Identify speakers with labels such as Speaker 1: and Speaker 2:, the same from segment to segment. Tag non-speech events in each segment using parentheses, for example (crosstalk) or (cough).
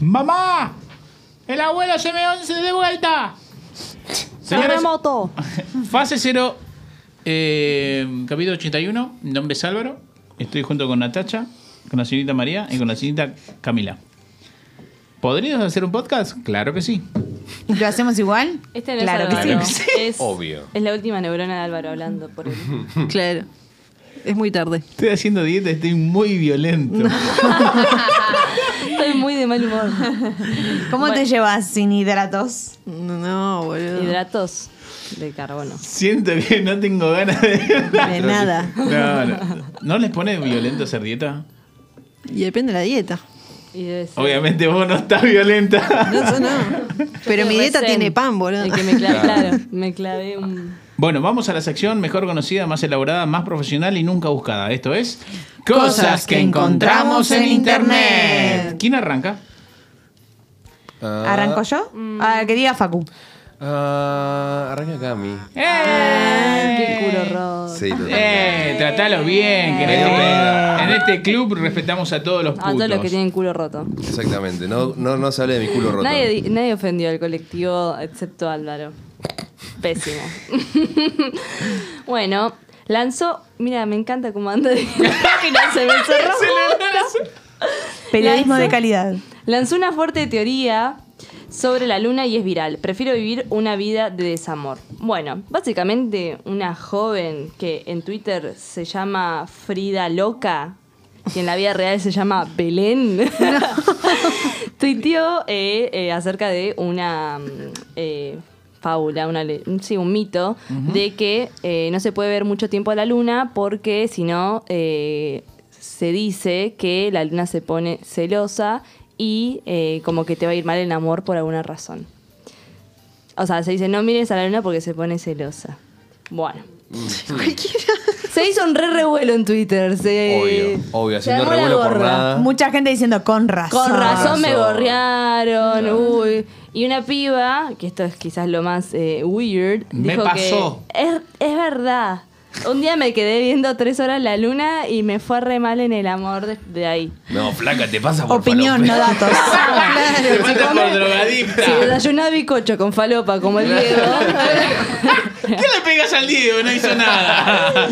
Speaker 1: ¡Mamá! ¡El abuelo CM11 de vuelta! Señores,
Speaker 2: Terremoto.
Speaker 1: fase 0, capítulo 81. Mi nombre es Álvaro. Estoy junto con Natacha, con la señorita María y con la señorita Camila. ¿Podríamos hacer un podcast? Claro que sí.
Speaker 3: ¿Lo hacemos igual?
Speaker 4: Este no
Speaker 3: claro
Speaker 4: es Álvaro.
Speaker 3: que sí.
Speaker 4: Es,
Speaker 5: Obvio.
Speaker 4: Es la última neurona de Álvaro hablando por él.
Speaker 2: Claro. Es muy tarde.
Speaker 1: Estoy haciendo dieta, estoy muy violento.
Speaker 4: Estoy muy de mal
Speaker 2: (laughs)
Speaker 4: humor.
Speaker 3: ¿Cómo te
Speaker 4: Bueno.
Speaker 3: llevas sin hidratos?
Speaker 2: No, no, boludo.
Speaker 4: Hidratos de carbono.
Speaker 1: (laughs) Siento que no tengo ganas de... (laughs)
Speaker 3: De nada.
Speaker 1: No, no. ¿No les pone violento hacer dieta?
Speaker 2: Y depende de la dieta.
Speaker 4: Y debe ser-
Speaker 1: Obviamente vos no estás violenta.
Speaker 2: No, eso no. Pero mi dieta
Speaker 4: Recen,
Speaker 2: tiene pan, boludo.
Speaker 4: el que me cla-
Speaker 5: Claro.
Speaker 4: claro, me clavé un.
Speaker 1: Bueno, vamos a la sección mejor conocida, más elaborada, más profesional y nunca buscada. Esto es
Speaker 3: Cosas que encontramos en Internet.
Speaker 1: ¿Quién arranca?
Speaker 5: Ah,
Speaker 3: ¿Arranco yo?
Speaker 4: Mm.
Speaker 3: Ah, que diga Facu.
Speaker 5: ah, arranca Cami.
Speaker 3: Ah.
Speaker 4: ¡Qué
Speaker 1: ¡Eh!
Speaker 4: culo rojo!
Speaker 5: Sí, total.
Speaker 1: ¡Eh! Tratalos bien. Que en,
Speaker 5: Medio pedo.
Speaker 1: este, en este club respetamos a todos los
Speaker 4: A Ah, todos los que
Speaker 1: putos.
Speaker 4: tienen culo roto.
Speaker 5: Exactamente. No, no, no se hable de mi culo roto.
Speaker 4: Nadie, di- nadie ofendió al colectivo excepto Álvaro. Pésimo. (laughs) bueno, lanzó. Mira, me encanta cómo anda de (laughs) página, se me cerró justo.
Speaker 3: Periodismo de
Speaker 4: Lanzo.
Speaker 3: calidad.
Speaker 4: Lanzó una fuerte teoría sobre la luna y es viral. Prefiero vivir una vida de desamor. Bueno, básicamente una joven que en Twitter se llama Frida Loca, que en la vida real se llama Belén, (laughs) tuiteó eh, eh, acerca de una mm, eh, fábula, una le- sí, un mito, de que eh, no se puede ver mucho tiempo a la luna porque si no... eh, se dice que la luna se pone celosa y eh, como que te va a ir mal en amor por alguna razón. O sea, se dice, no mires a la luna porque se pone celosa. Bueno. Se hizo un re revuelo en Twitter. Se...
Speaker 5: Obvio, obvio,
Speaker 4: se
Speaker 5: haciendo
Speaker 4: armó la
Speaker 5: revuelo por
Speaker 4: gorda.
Speaker 5: nada.
Speaker 3: Mucha gente diciendo con razón.
Speaker 4: Con razón me
Speaker 5: razón.
Speaker 4: gorrearon, uy. Y una piba, que esto es quizás lo más eh, weird,
Speaker 1: Me
Speaker 4: dijo
Speaker 1: pasó.
Speaker 4: que es, es verdad. Un día me quedé viendo tres horas la luna y me fue re mal en el amor de-
Speaker 1: (laughs)
Speaker 4: de ahí.
Speaker 5: No, flaca, te pasa por
Speaker 3: Opinión, no
Speaker 5: falope.
Speaker 3: datos.
Speaker 1: Te mata por drogadicta.
Speaker 4: Si desayunaba bicocho con falopa como
Speaker 1: (laughs)
Speaker 4: el Diego.
Speaker 1: ¿Qué le pegas al Diego? No hizo nada.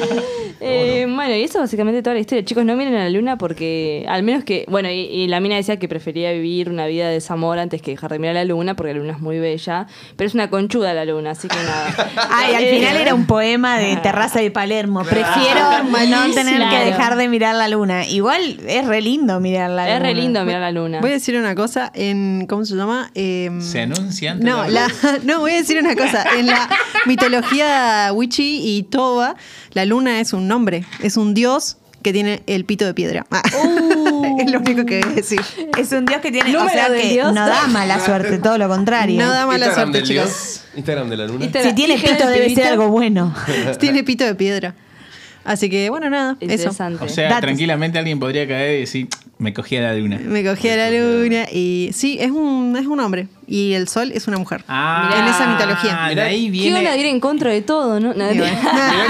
Speaker 4: Eh, bueno, y eso es básicamente toda la historia. Chicos, no miren a la luna porque, al menos que, bueno, y, y la mina decía que prefería vivir una vida de desamor antes que dejar de mirar a la luna porque la luna es muy bella, pero es una conchuda la luna, así que
Speaker 2: (laughs)
Speaker 4: nada.
Speaker 3: Ay, al
Speaker 4: Eh,
Speaker 3: final era un poema de Terraza de Palermo. Prefiero no tener que
Speaker 4: Claro.
Speaker 3: dejar de mirar la luna. Igual es re lindo mirar la luna.
Speaker 4: Es re lindo mirar la luna.
Speaker 2: Voy a decir una cosa en. ¿Cómo se llama? Em,
Speaker 1: Se anuncia antes
Speaker 2: No,
Speaker 1: de-
Speaker 2: la- (laughs) no, voy a decir una cosa. En la mitología wichi y toba, la luna es un nombre, es un dios que tiene el pito de piedra. Ah, (laughs) es lo único que voy a (laughs) decir.
Speaker 3: Es un dios que tiene. O
Speaker 4: Número
Speaker 3: sea
Speaker 4: de
Speaker 3: que
Speaker 4: dios.
Speaker 3: no da mala suerte, todo lo contrario.
Speaker 2: No da mala
Speaker 5: Instagram
Speaker 2: suerte,
Speaker 5: del
Speaker 2: chicos.
Speaker 5: dios. Instagram de la luna.
Speaker 4: Instagram.
Speaker 3: Si tiene
Speaker 4: Hija del
Speaker 3: pito, debe ser
Speaker 4: pibito.
Speaker 3: algo bueno.
Speaker 2: Tiene pito de piedra. Así que, bueno, nada, eso.
Speaker 4: Interesante.
Speaker 1: O sea,
Speaker 3: Datos.
Speaker 1: tranquilamente alguien podría caer y decir, me cogí a la luna.
Speaker 2: Me cogí a la luna y. Sí, es un, es un hombre. Y el sol es una mujer. en esa mitología.
Speaker 1: Ah, (laughs) De ahí
Speaker 4: ¿Qué
Speaker 1: viene...
Speaker 4: van (laughs) a ir en contra de todo, no? Nada.
Speaker 5: Mirá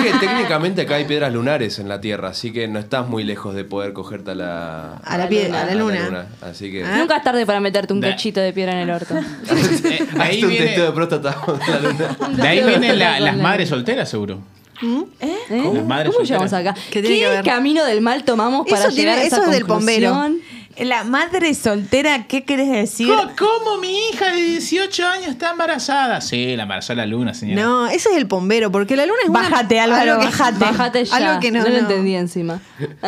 Speaker 5: que técnicamente acá hay piedras lunares en la Tierra, así que no estás muy lejos de poder cogerte a la,
Speaker 2: A la pie- a Ah, la luna.
Speaker 5: Así que.
Speaker 4: (laughs)
Speaker 2: Ah.
Speaker 4: Nunca es tarde para meterte un
Speaker 1: Da-
Speaker 4: cachito de piedra en el orto.
Speaker 1: Eh, de ahí
Speaker 5: Hazte un testeo de
Speaker 1: viene-
Speaker 5: próstata con (laughs) la luna.
Speaker 1: de ahí vienen la- las madres solteras, seguro.
Speaker 4: ¿Eh?
Speaker 1: Las madres
Speaker 4: ¿Cómo
Speaker 1: solteras.
Speaker 4: llegamos acá? ¿Qué,
Speaker 2: ¿Qué tiene que ver?
Speaker 4: camino del mal tomamos
Speaker 2: Eso
Speaker 4: para
Speaker 2: tiene-
Speaker 4: llegar a esa
Speaker 2: eso es del
Speaker 4: conclusión?
Speaker 2: bombero.
Speaker 3: La madre soltera, ¿qué querés decir?
Speaker 1: ¿Cómo, cómo mi hija de 18 años está embarazada? Sí, la embarazó la luna, señora.
Speaker 2: No, ese es el pombero, porque la luna es una-
Speaker 3: Bájate, Álvaro,
Speaker 2: algo que-
Speaker 3: bájate.
Speaker 4: Bájate ya.
Speaker 2: Algo que no,
Speaker 4: lo
Speaker 2: no.
Speaker 4: entendí encima. (laughs)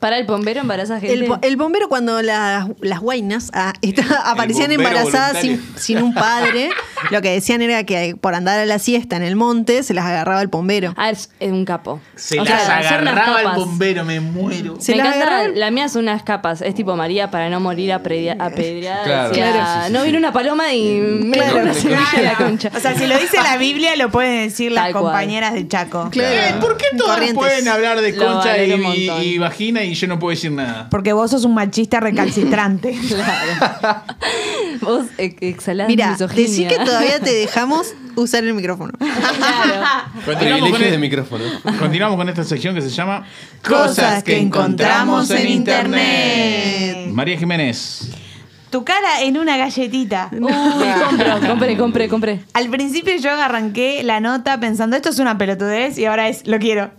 Speaker 4: Para el bombero embaraza gente.
Speaker 2: El, bo- el bombero cuando las, las guainas ah, (laughs) está- aparecían
Speaker 1: bombero
Speaker 2: embarazadas sin,
Speaker 1: voluntario.
Speaker 2: sin un
Speaker 5: (laughs)
Speaker 2: padre, lo que decían era que por andar a la siesta en el monte se las agarraba el bombero.
Speaker 4: Ah, es es un capo.
Speaker 1: Se
Speaker 4: O sea,
Speaker 1: las
Speaker 4: hacer unas
Speaker 1: agarraba el
Speaker 4: capas.
Speaker 1: bombero, me muero.
Speaker 2: Se
Speaker 4: me
Speaker 2: las
Speaker 4: encanta,
Speaker 2: agarraba el-
Speaker 4: la mía son unas capas, es tipo María para no morir apedreada.
Speaker 5: Claro. Claro, sí, sí,
Speaker 4: no vino una paloma y me
Speaker 2: Claro,
Speaker 4: dejó una semilla en la
Speaker 3: Claro.
Speaker 4: concha.
Speaker 3: O sea,
Speaker 4: (laughs)
Speaker 3: si lo dice la Biblia, lo pueden decir las
Speaker 4: Tal cual.
Speaker 3: compañeras de Chaco.
Speaker 1: Eh, ¿Por qué todos
Speaker 2: Corrientes.
Speaker 1: pueden hablar de
Speaker 4: Lo
Speaker 1: concha y,
Speaker 4: valoro un montón.
Speaker 1: y- y vagina y yo no puedo decir nada?
Speaker 3: Porque vos sos un
Speaker 4: (laughs)
Speaker 3: machista recalcitrante.
Speaker 4: Vos eh, exhalás
Speaker 2: Mira,
Speaker 4: misoginia.
Speaker 2: decí que todavía te (laughs) dejamos usar el micrófono.
Speaker 4: (laughs)
Speaker 5: (laughs)
Speaker 4: Claro.
Speaker 1: Continuamos con,
Speaker 5: Privilegios de
Speaker 1: el-
Speaker 5: micrófono.
Speaker 1: continuamos con esta sección que se llama
Speaker 2: Cosas que encontramos en
Speaker 3: Internet.
Speaker 1: María Jiménez.
Speaker 3: Tu cara en una galletita.
Speaker 4: Uy, compro, compré, compré, compré.
Speaker 3: Al principio yo arranqué la nota pensando esto es una pelotudez y ahora es lo quiero.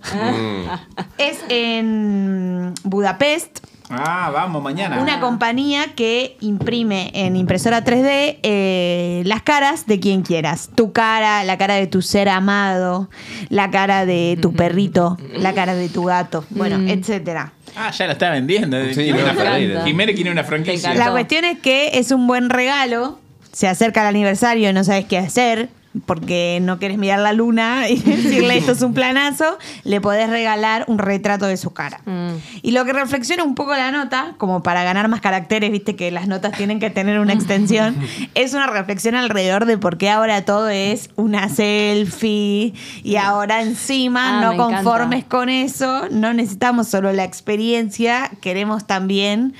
Speaker 3: Es en Budapest.
Speaker 1: Ah, vamos, mañana.
Speaker 3: Una compañía que imprime en impresora 3D eh, las caras de quien quieras. Tu cara, la cara de tu ser amado, la cara de
Speaker 4: Mm.
Speaker 3: tu perrito, la cara de tu gato, bueno, etcétera.
Speaker 1: Ah, ya la está vendiendo.
Speaker 5: Sí,
Speaker 1: Tiene
Speaker 5: no,
Speaker 1: una
Speaker 5: me
Speaker 1: franquicia.
Speaker 5: encanta.
Speaker 1: Jiménez tiene una franquicia.
Speaker 4: Me encanta.
Speaker 3: La cuestión es que es un buen regalo. Se acerca el aniversario y no sabes qué hacer porque no quieres mirar la luna y (laughs) decirle esto es un planazo. Le podés regalar un retrato de su cara.
Speaker 4: Mm.
Speaker 3: Y lo que reflexiona un poco la nota, como para ganar más caracteres, viste que las notas tienen que tener
Speaker 4: (laughs)
Speaker 3: una extensión, es una reflexión alrededor de por qué ahora todo es una selfie y ahora encima
Speaker 4: Ah,
Speaker 3: no
Speaker 4: me encanta.
Speaker 3: conformes con eso, no necesitamos solo la experiencia, queremos también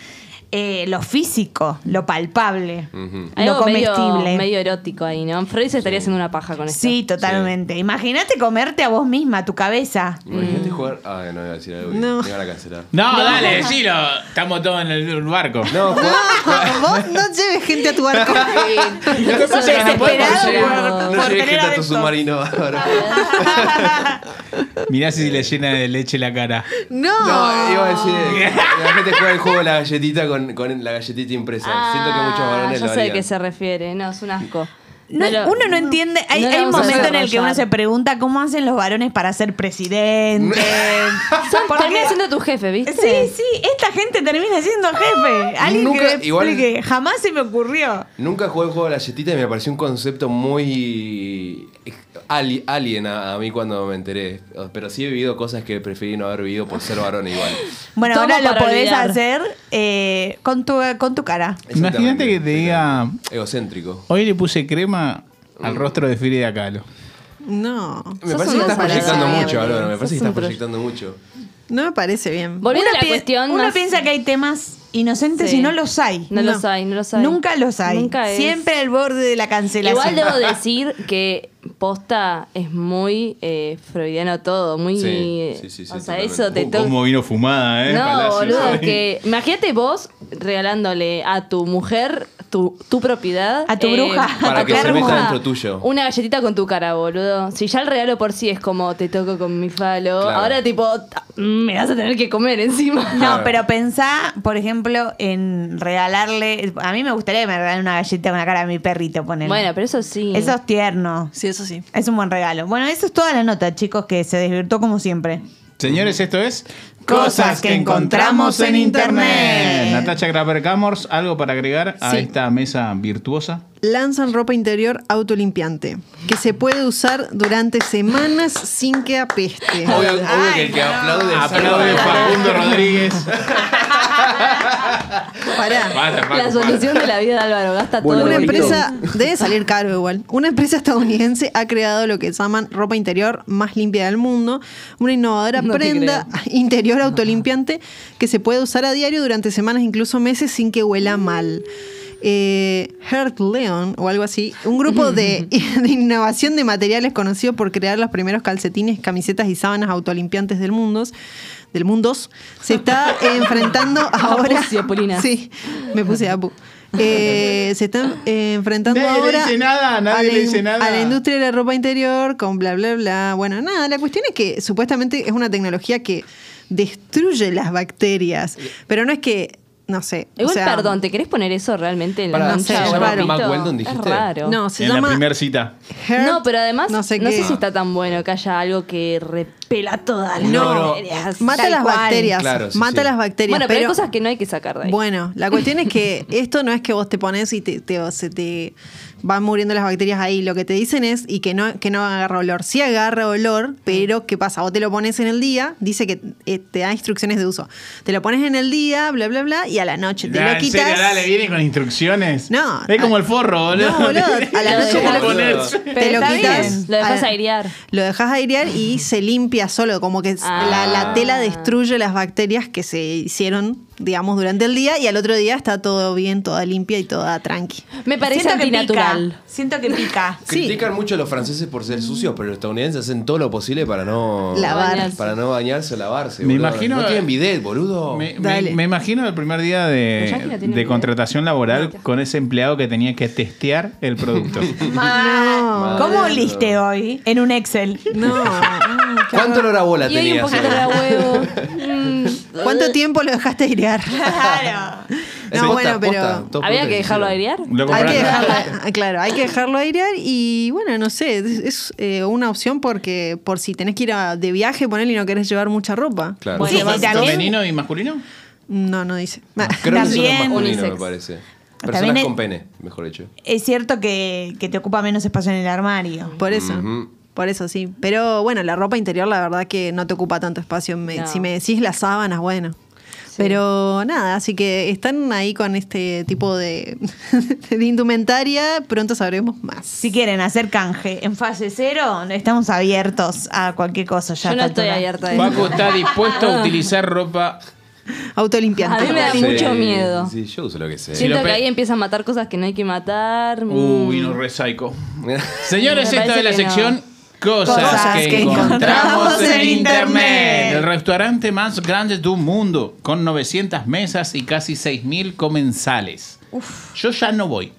Speaker 3: eh, lo físico, lo palpable,
Speaker 5: Ujú.
Speaker 3: lo
Speaker 4: Algo medio-
Speaker 3: comestible.
Speaker 4: Medio, erótico ahí, ¿no? Freud se estaría haciendo una paja con esto.
Speaker 3: Sí, totalmente. Imagínate comerte a vos misma, tu
Speaker 4: (laughs)
Speaker 3: cabeza.
Speaker 5: Imagínate jugar. Ah, no iba a decir algo.
Speaker 2: No.
Speaker 5: No. Me van a cancelar.
Speaker 1: No, dale, decilo. Estamos todos en el barco.
Speaker 5: No, jugar-
Speaker 2: Vos no lleves gente a tu
Speaker 5: (laughs)
Speaker 2: barco.
Speaker 1: Lo que pasa es que no podemos
Speaker 3: Desesperado
Speaker 1: llegar.
Speaker 4: Ah.
Speaker 5: no
Speaker 3: por
Speaker 5: llegué
Speaker 3: tener
Speaker 5: gente a tu
Speaker 3: adeptos.
Speaker 5: submarino ahora.
Speaker 1: Mirá si le llena de leche la cara.
Speaker 2: No.
Speaker 4: Ah.
Speaker 5: No, iba
Speaker 4: (laughs)
Speaker 5: a decir. eh, La gente juega el juego de la galletita con, con la galletita impresa.
Speaker 4: Ah,
Speaker 5: Siento que muchos varones
Speaker 4: ya
Speaker 5: lo
Speaker 4: sé de
Speaker 5: harían.
Speaker 4: qué se refiere. No, es un asco.
Speaker 3: No,
Speaker 4: Pero-
Speaker 3: uno no entiende. Hay,
Speaker 4: No lo
Speaker 3: hay un
Speaker 4: vamos a
Speaker 3: momento en el que
Speaker 4: desarrollar.
Speaker 3: uno se pregunta cómo hacen los varones para ser
Speaker 5: (laughs)
Speaker 3: presidente.
Speaker 4: Son-
Speaker 3: Porque-
Speaker 4: Termina siendo tu jefe, ¿viste?
Speaker 3: Sí, sí, esta gente termina siendo
Speaker 5: (gasps)
Speaker 3: jefe. Alguien
Speaker 5: Nunca-
Speaker 3: que me
Speaker 5: igual-
Speaker 3: explique. Jamás se me ocurrió.
Speaker 5: Nunca jugué el juego de la galletita y me pareció un concepto muy ali- alien a, a mí cuando me enteré. Pero sí he vivido cosas que preferí no haber vivido por ser
Speaker 4: (laughs)
Speaker 5: varón igual.
Speaker 3: Bueno,
Speaker 4: Tomo
Speaker 3: ahora lo
Speaker 4: para
Speaker 3: podés
Speaker 4: olvidar.
Speaker 3: hacer eh, con, tu, con tu cara.
Speaker 5: Exactamente.
Speaker 1: Imagínate que te diga.
Speaker 5: Egocéntrico.
Speaker 1: Hoy le puse crema al rostro de Frida Kahlo.
Speaker 2: No.
Speaker 5: Me
Speaker 2: Sos
Speaker 5: parece que
Speaker 2: una
Speaker 5: estás proyectando
Speaker 2: palabra.
Speaker 5: mucho, Álvaro. Me parece que
Speaker 4: Sos un
Speaker 5: estás
Speaker 4: pro-
Speaker 5: proyectando mucho.
Speaker 2: No me parece bien.
Speaker 4: Volviendo a la
Speaker 3: pi-
Speaker 4: cuestión
Speaker 3: uno
Speaker 4: más-
Speaker 3: piensa que hay temas inocentes
Speaker 4: Sí.
Speaker 3: y no los hay.
Speaker 4: No,
Speaker 2: No.
Speaker 4: los hay, no los hay.
Speaker 3: Nunca los hay.
Speaker 4: Nunca es-
Speaker 3: Siempre al borde de la cancelación.
Speaker 4: Igual
Speaker 3: (laughs)
Speaker 4: debo decir que posta es muy eh, freudiano todo, muy...
Speaker 5: Sí, sí, sí, sí,
Speaker 4: o sea,
Speaker 5: totalmente.
Speaker 4: eso te toca...
Speaker 1: vino fumada, eh,
Speaker 4: No,
Speaker 1: Palacio?
Speaker 4: boludo, que imagínate vos regalándole a tu mujer tu, tu propiedad. eh,
Speaker 3: A tu bruja.
Speaker 5: Para
Speaker 4: a
Speaker 5: que
Speaker 4: tu
Speaker 5: se
Speaker 4: bruja,
Speaker 5: meta dentro tuyo.
Speaker 4: Una galletita con tu cara, boludo. Si ya el regalo por sí es como te toco con mi falo,
Speaker 5: Claro.
Speaker 4: ahora tipo ta- mm, me vas a tener que comer encima.
Speaker 3: (laughs) No,
Speaker 5: Claro.
Speaker 3: pero pensá, por ejemplo, en regalarle. A mí me gustaría que me regalen una galleta con la cara de mi perrito, poner.
Speaker 4: Bueno, pero eso sí.
Speaker 3: Eso es tierno.
Speaker 2: Sí, eso sí.
Speaker 3: Es un buen regalo. Bueno, eso es toda la nota, chicos, que se desvirtó como siempre.
Speaker 1: Señores, esto es.
Speaker 3: Cosas que encontramos en Internet.
Speaker 1: Natacha Graber Camors, ¿algo para agregar a
Speaker 2: Sí.
Speaker 1: esta mesa virtuosa?
Speaker 2: Lanzan ropa interior autolimpiante que se puede usar durante semanas sin que apeste.
Speaker 5: Obvio, obvio que el que aplaude es
Speaker 1: Aplaude
Speaker 5: Álvaro.
Speaker 1: Facundo Rodríguez.
Speaker 2: Pará.
Speaker 5: Ah,
Speaker 1: Basta, Facu,
Speaker 4: la
Speaker 1: basta.
Speaker 4: solución de la vida de Álvaro, gasta
Speaker 6: Bueno,
Speaker 4: todo.
Speaker 2: Una
Speaker 4: el
Speaker 6: Facundo.
Speaker 2: empresa, debe salir caro igual. Una empresa estadounidense ha creado lo que llaman ropa interior más limpia del mundo, una innovadora
Speaker 4: No te
Speaker 2: prenda (laughs) interior autolimpiante que se puede usar a diario durante semanas, incluso meses, sin que huela mal. Eh, Hurt Leon o algo así, un
Speaker 4: (laughs)
Speaker 2: grupo de, (laughs) de innovación de materiales conocido por crear los primeros calcetines, camisetas y sábanas autolimpiantes del mundo, del mundos,
Speaker 4: (laughs)
Speaker 2: se está enfrentando Ah,
Speaker 4: Ah,
Speaker 2: ahora.
Speaker 4: Apucio, Polina.
Speaker 2: Sí, me puse Apu. Eh, se están eh, enfrentando
Speaker 1: Nadie le
Speaker 2: ahora
Speaker 1: dice nada, nadie
Speaker 2: a, la
Speaker 1: le
Speaker 2: in-
Speaker 1: dice nada.
Speaker 2: a la industria de la ropa interior con bla bla bla. Bueno, nada, la cuestión es que supuestamente es una tecnología que destruye las bacterias, pero no es que, no sé, o
Speaker 4: Igual,
Speaker 2: sea,
Speaker 4: perdón, ¿te querés poner eso realmente en la
Speaker 5: Pará,
Speaker 2: No sé,
Speaker 4: mancha,
Speaker 2: ¿se
Speaker 4: boludo?
Speaker 2: llama
Speaker 4: Pito?
Speaker 5: Mac Weldon,
Speaker 4: Es
Speaker 5: dijiste?
Speaker 4: raro.
Speaker 2: No, se
Speaker 1: en
Speaker 2: llama
Speaker 1: la primera cita.
Speaker 2: Hurt-
Speaker 4: No, pero además no sé,
Speaker 2: qué.
Speaker 4: si está tan bueno que haya algo que repela todas las
Speaker 5: No, no.
Speaker 4: bacterias.
Speaker 2: mata
Speaker 4: Tal
Speaker 2: las
Speaker 4: cual.
Speaker 2: bacterias,
Speaker 5: Claro, sí,
Speaker 2: mata
Speaker 5: sí.
Speaker 2: las bacterias,
Speaker 4: Bueno, pero, hay
Speaker 2: pero-
Speaker 4: cosas que no hay que sacar de ahí.
Speaker 2: Bueno, la cuestión es que esto no es que vos te pones y te, te- se te van muriendo las bacterias ahí. Lo que te dicen es y que no, que no agarra olor. Sí agarra
Speaker 4: Mm.
Speaker 2: olor, pero ¿qué pasa? Vos te lo pones en el día, dice que eh, te da instrucciones de uso. Te lo pones en el día, bla, bla, bla, y a la noche te
Speaker 1: Ah,
Speaker 2: lo
Speaker 1: en
Speaker 2: quitas.
Speaker 1: serio, dale, viene con instrucciones.
Speaker 2: No.
Speaker 1: Es como el forro, boludo.
Speaker 2: No, boludo, a la
Speaker 1: Es (laughs)
Speaker 2: noche
Speaker 1: como
Speaker 2: te lo-
Speaker 1: ponerse.
Speaker 2: te lo
Speaker 4: está
Speaker 2: quitas. Ah.
Speaker 4: bien, lo dejas
Speaker 2: a-
Speaker 4: airear.
Speaker 2: Lo dejas airear y se limpia bacterias solo, como que
Speaker 4: Mm. Ah.
Speaker 2: la, la tela destruye las bacterias que se hicieron, digamos, durante el día y al otro día está todo bien, toda limpia y toda tranqui.
Speaker 4: Me parece
Speaker 3: Siento que
Speaker 4: antinatural.
Speaker 3: pica. Siento que pica.
Speaker 2: Sí.
Speaker 5: Critican mucho a los franceses por ser sucios, pero los estadounidenses hacen todo lo posible para no
Speaker 2: Lavar.
Speaker 5: bañarse. para no bañarse o lavarse.
Speaker 1: Me
Speaker 5: boludo.
Speaker 1: imagino-
Speaker 5: no tienen bidet, boludo.
Speaker 1: Me, me-
Speaker 2: Dale.
Speaker 1: me imagino el primer día
Speaker 4: Ya que la
Speaker 1: de,
Speaker 4: tienen
Speaker 1: de
Speaker 4: idea.
Speaker 1: contratación laboral
Speaker 4: Ahorita.
Speaker 1: con ese empleado que tenía que testear el
Speaker 4: (laughs)
Speaker 1: producto.
Speaker 2: No.
Speaker 3: ¿Cómo oliste hoy? En un Excel.
Speaker 2: No.
Speaker 5: ¿Cuánto olor a bola
Speaker 4: Y hay un
Speaker 5: tenías?
Speaker 4: poquito de huevo. Mm.
Speaker 2: (laughs) (laughs) ¿Cuánto tiempo lo dejaste
Speaker 4: (laughs)
Speaker 2: airear?
Speaker 3: (laughs) Claro.
Speaker 5: Es
Speaker 2: No,
Speaker 5: posta,
Speaker 2: bueno, pero-
Speaker 5: posta, todo
Speaker 4: Había
Speaker 5: posta
Speaker 4: que dejarlo airear.
Speaker 5: hicieron.
Speaker 1: Lo
Speaker 2: Hay
Speaker 1: compraron.
Speaker 2: que dejarlo, claro, hay que dejarlo airear y bueno, no sé, es, es, eh, una opción porque por si tenés que ir a- de viaje, ponele y no querés llevar mucha ropa.
Speaker 5: Claro.
Speaker 2: Vos
Speaker 3: Sí,
Speaker 2: llevas
Speaker 3: y también-
Speaker 2: dos-
Speaker 1: ¿Femenino y masculino?
Speaker 2: No, no dice. Ah, (laughs)
Speaker 5: Creo que eso es
Speaker 3: También-
Speaker 5: masculino, me
Speaker 4: Unisex.
Speaker 5: parece. Personas
Speaker 3: También es-
Speaker 5: con pene, mejor dicho.
Speaker 3: Es cierto que, que te ocupa menos espacio en el armario.
Speaker 2: Por eso.
Speaker 5: Ujú.
Speaker 2: Por eso sí. Pero bueno, la ropa interior la verdad que no te ocupa tanto espacio. Me-
Speaker 4: No.
Speaker 2: Si me decís las sábanas, bueno. Pero nada, así que están ahí con este tipo de, (laughs) de indumentaria. Pronto sabremos más.
Speaker 3: Si quieren hacer canje en fase cero, estamos abiertos a cualquier cosa. Ya
Speaker 4: Yo no
Speaker 3: a esta
Speaker 4: estoy
Speaker 3: altura.
Speaker 4: abierta a
Speaker 1: Paco
Speaker 4: eso.
Speaker 1: está dispuesto
Speaker 2: (laughs)
Speaker 1: a utilizar ropa.
Speaker 4: A mí
Speaker 2: Autolimpiante.
Speaker 4: me da
Speaker 5: Sí,
Speaker 4: mucho miedo.
Speaker 5: Sí, yo uso lo que sea.
Speaker 1: Sí.
Speaker 5: (laughs)
Speaker 4: Siento
Speaker 1: lo
Speaker 4: que
Speaker 1: pe-
Speaker 4: ahí empiezan a matar cosas que no hay que matar. Mm.
Speaker 1: Uy, no resaico. Señores,
Speaker 4: Me
Speaker 1: esta
Speaker 4: parece
Speaker 1: es la
Speaker 4: que no.
Speaker 1: sección Cosas,
Speaker 3: Cosas
Speaker 1: que,
Speaker 3: que
Speaker 1: encontramos
Speaker 3: encontramos
Speaker 1: en
Speaker 3: en
Speaker 1: Internet.
Speaker 3: Internet.
Speaker 1: El restaurante más grande del mundo, con 900 mesas y casi 6.000 comensales. Yo ya no voy.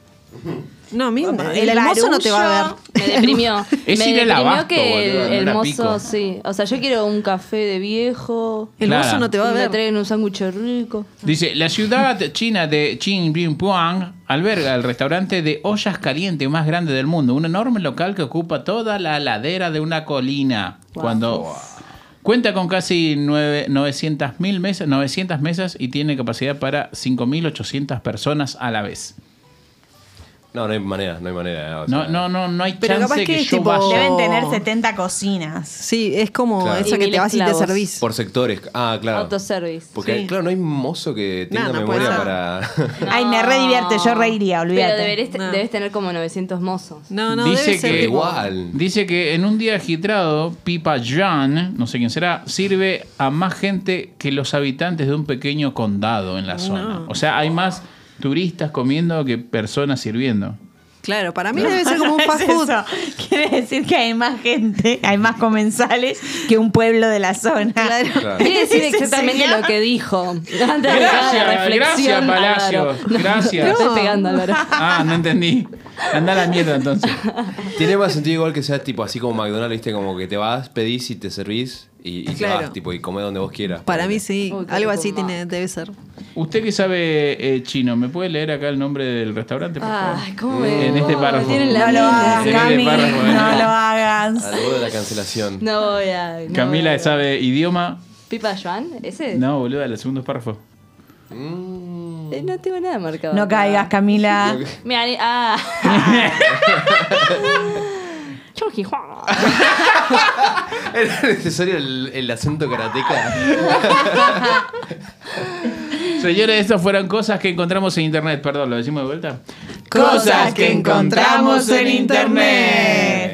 Speaker 2: No, mira, el,
Speaker 3: El
Speaker 2: hermoso no te va a
Speaker 3: barullo.
Speaker 2: ver.
Speaker 4: Me deprimió.
Speaker 1: (laughs) Es
Speaker 4: me
Speaker 1: ir al
Speaker 4: deprimió
Speaker 1: abasto,
Speaker 4: que
Speaker 1: boludo, no
Speaker 4: el
Speaker 1: era pico.
Speaker 4: mozo, sí. O sea, yo quiero un café de viejo.
Speaker 2: El
Speaker 1: Claro.
Speaker 2: mozo no te va a
Speaker 4: que me
Speaker 2: ver.
Speaker 4: traen un sándwich rico.
Speaker 1: Dice, la ciudad china de Qingpingpuang alberga el restaurante de ollas calientes más grande del mundo, un enorme local que ocupa toda la ladera de una colina. Cuando cuenta con casi nueve- 900.000 mesas, 900 mesas y tiene capacidad para 5.800 personas a la vez.
Speaker 5: No, no hay manera, no hay manera. o sea,
Speaker 1: No, no, no, no hay
Speaker 2: Pero capaz
Speaker 1: chance
Speaker 2: que
Speaker 1: que
Speaker 2: es
Speaker 1: yo
Speaker 2: tipo-
Speaker 1: vaya.
Speaker 3: Deben tener 70 cocinas.
Speaker 2: Sí, es como
Speaker 5: Claro.
Speaker 2: esa
Speaker 4: Y
Speaker 2: que
Speaker 4: mil
Speaker 2: te vas y te
Speaker 4: esclavos.
Speaker 2: servís.
Speaker 5: Por sectores. Ah, claro.
Speaker 4: Autoservice.
Speaker 5: Porque,
Speaker 2: Sí.
Speaker 5: claro, no hay mozo que tenga
Speaker 2: No, no puede
Speaker 5: memoria
Speaker 2: ser.
Speaker 5: para.
Speaker 3: Ay, me re divierte, yo reiría, olvídate.
Speaker 4: Pero deberes-
Speaker 2: No.
Speaker 4: debes tener como 900 mozos.
Speaker 2: No, no,
Speaker 1: Dice
Speaker 5: (laughs)
Speaker 2: debe ser
Speaker 1: que-
Speaker 2: tipo-
Speaker 5: Igual.
Speaker 1: Dice que en un día agitado, Pipa Jan, no sé quién será, sirve a más gente que los habitantes de un pequeño condado en la zona. O sea, hay más turistas comiendo que personas sirviendo.
Speaker 2: Claro, para mí debe ser como
Speaker 3: (laughs)
Speaker 2: un
Speaker 3: Es
Speaker 2: fast food.
Speaker 3: eso. Quiere decir que hay más gente, hay más comensales que un pueblo de la zona.
Speaker 2: Claro.
Speaker 5: Claro.
Speaker 4: (laughs) Quiere decir
Speaker 3: Ese
Speaker 4: exactamente
Speaker 3: señor.
Speaker 4: lo
Speaker 1: (laughs)
Speaker 4: que dijo. Antes de
Speaker 1: Gracias,
Speaker 4: la
Speaker 1: gracias,
Speaker 4: reflexión,
Speaker 1: Palacio.
Speaker 4: Álvaro. No,
Speaker 1: Gracias.
Speaker 4: Te estoy pegando, Álvaro.
Speaker 1: (laughs) Ah, no entendí. Anda a la mierda entonces.
Speaker 5: Tiene más sentido igual que sea tipo así como McDonald's, viste, como que te vas, pedís y te servís y, y te
Speaker 2: Claro.
Speaker 5: vas, tipo, y comés donde vos quieras.
Speaker 2: Para mí
Speaker 5: Ponele.
Speaker 2: sí,
Speaker 4: Uy, qué
Speaker 2: algo
Speaker 4: rico
Speaker 2: así
Speaker 4: mac.
Speaker 2: tiene, debe ser.
Speaker 1: Usted que sabe eh, chino, ¿me puede leer acá el nombre del restaurante, por favor?
Speaker 4: Ay, cómo me-
Speaker 1: En este
Speaker 4: cómo me
Speaker 1: párrafo.
Speaker 4: tienen la
Speaker 3: No lo
Speaker 4: vida.
Speaker 3: hagas,
Speaker 1: Sí,
Speaker 3: Cami, no
Speaker 1: párrafo, eh.
Speaker 3: lo hagas.
Speaker 5: Al borde de la cancelación.
Speaker 4: No voy a. no
Speaker 1: Camila
Speaker 4: voy a-
Speaker 1: sabe idioma.
Speaker 4: ¿Pipa Joan? ¿Ese?
Speaker 1: No, boludo, el segundo párrafo.
Speaker 4: Eh, no tengo nada marcado.
Speaker 3: No caigas, Camila.
Speaker 4: Me ani-
Speaker 1: (laughs)
Speaker 4: Ah. (laughs) Chonji Juan.
Speaker 5: (laughs) ¿Era necesario el, el acento karateca?
Speaker 1: Señores, estas fueron cosas que encontramos en internet. Perdón, lo decimos de vuelta.
Speaker 3: Cosas que encontramos en Internet.
Speaker 2: Eh,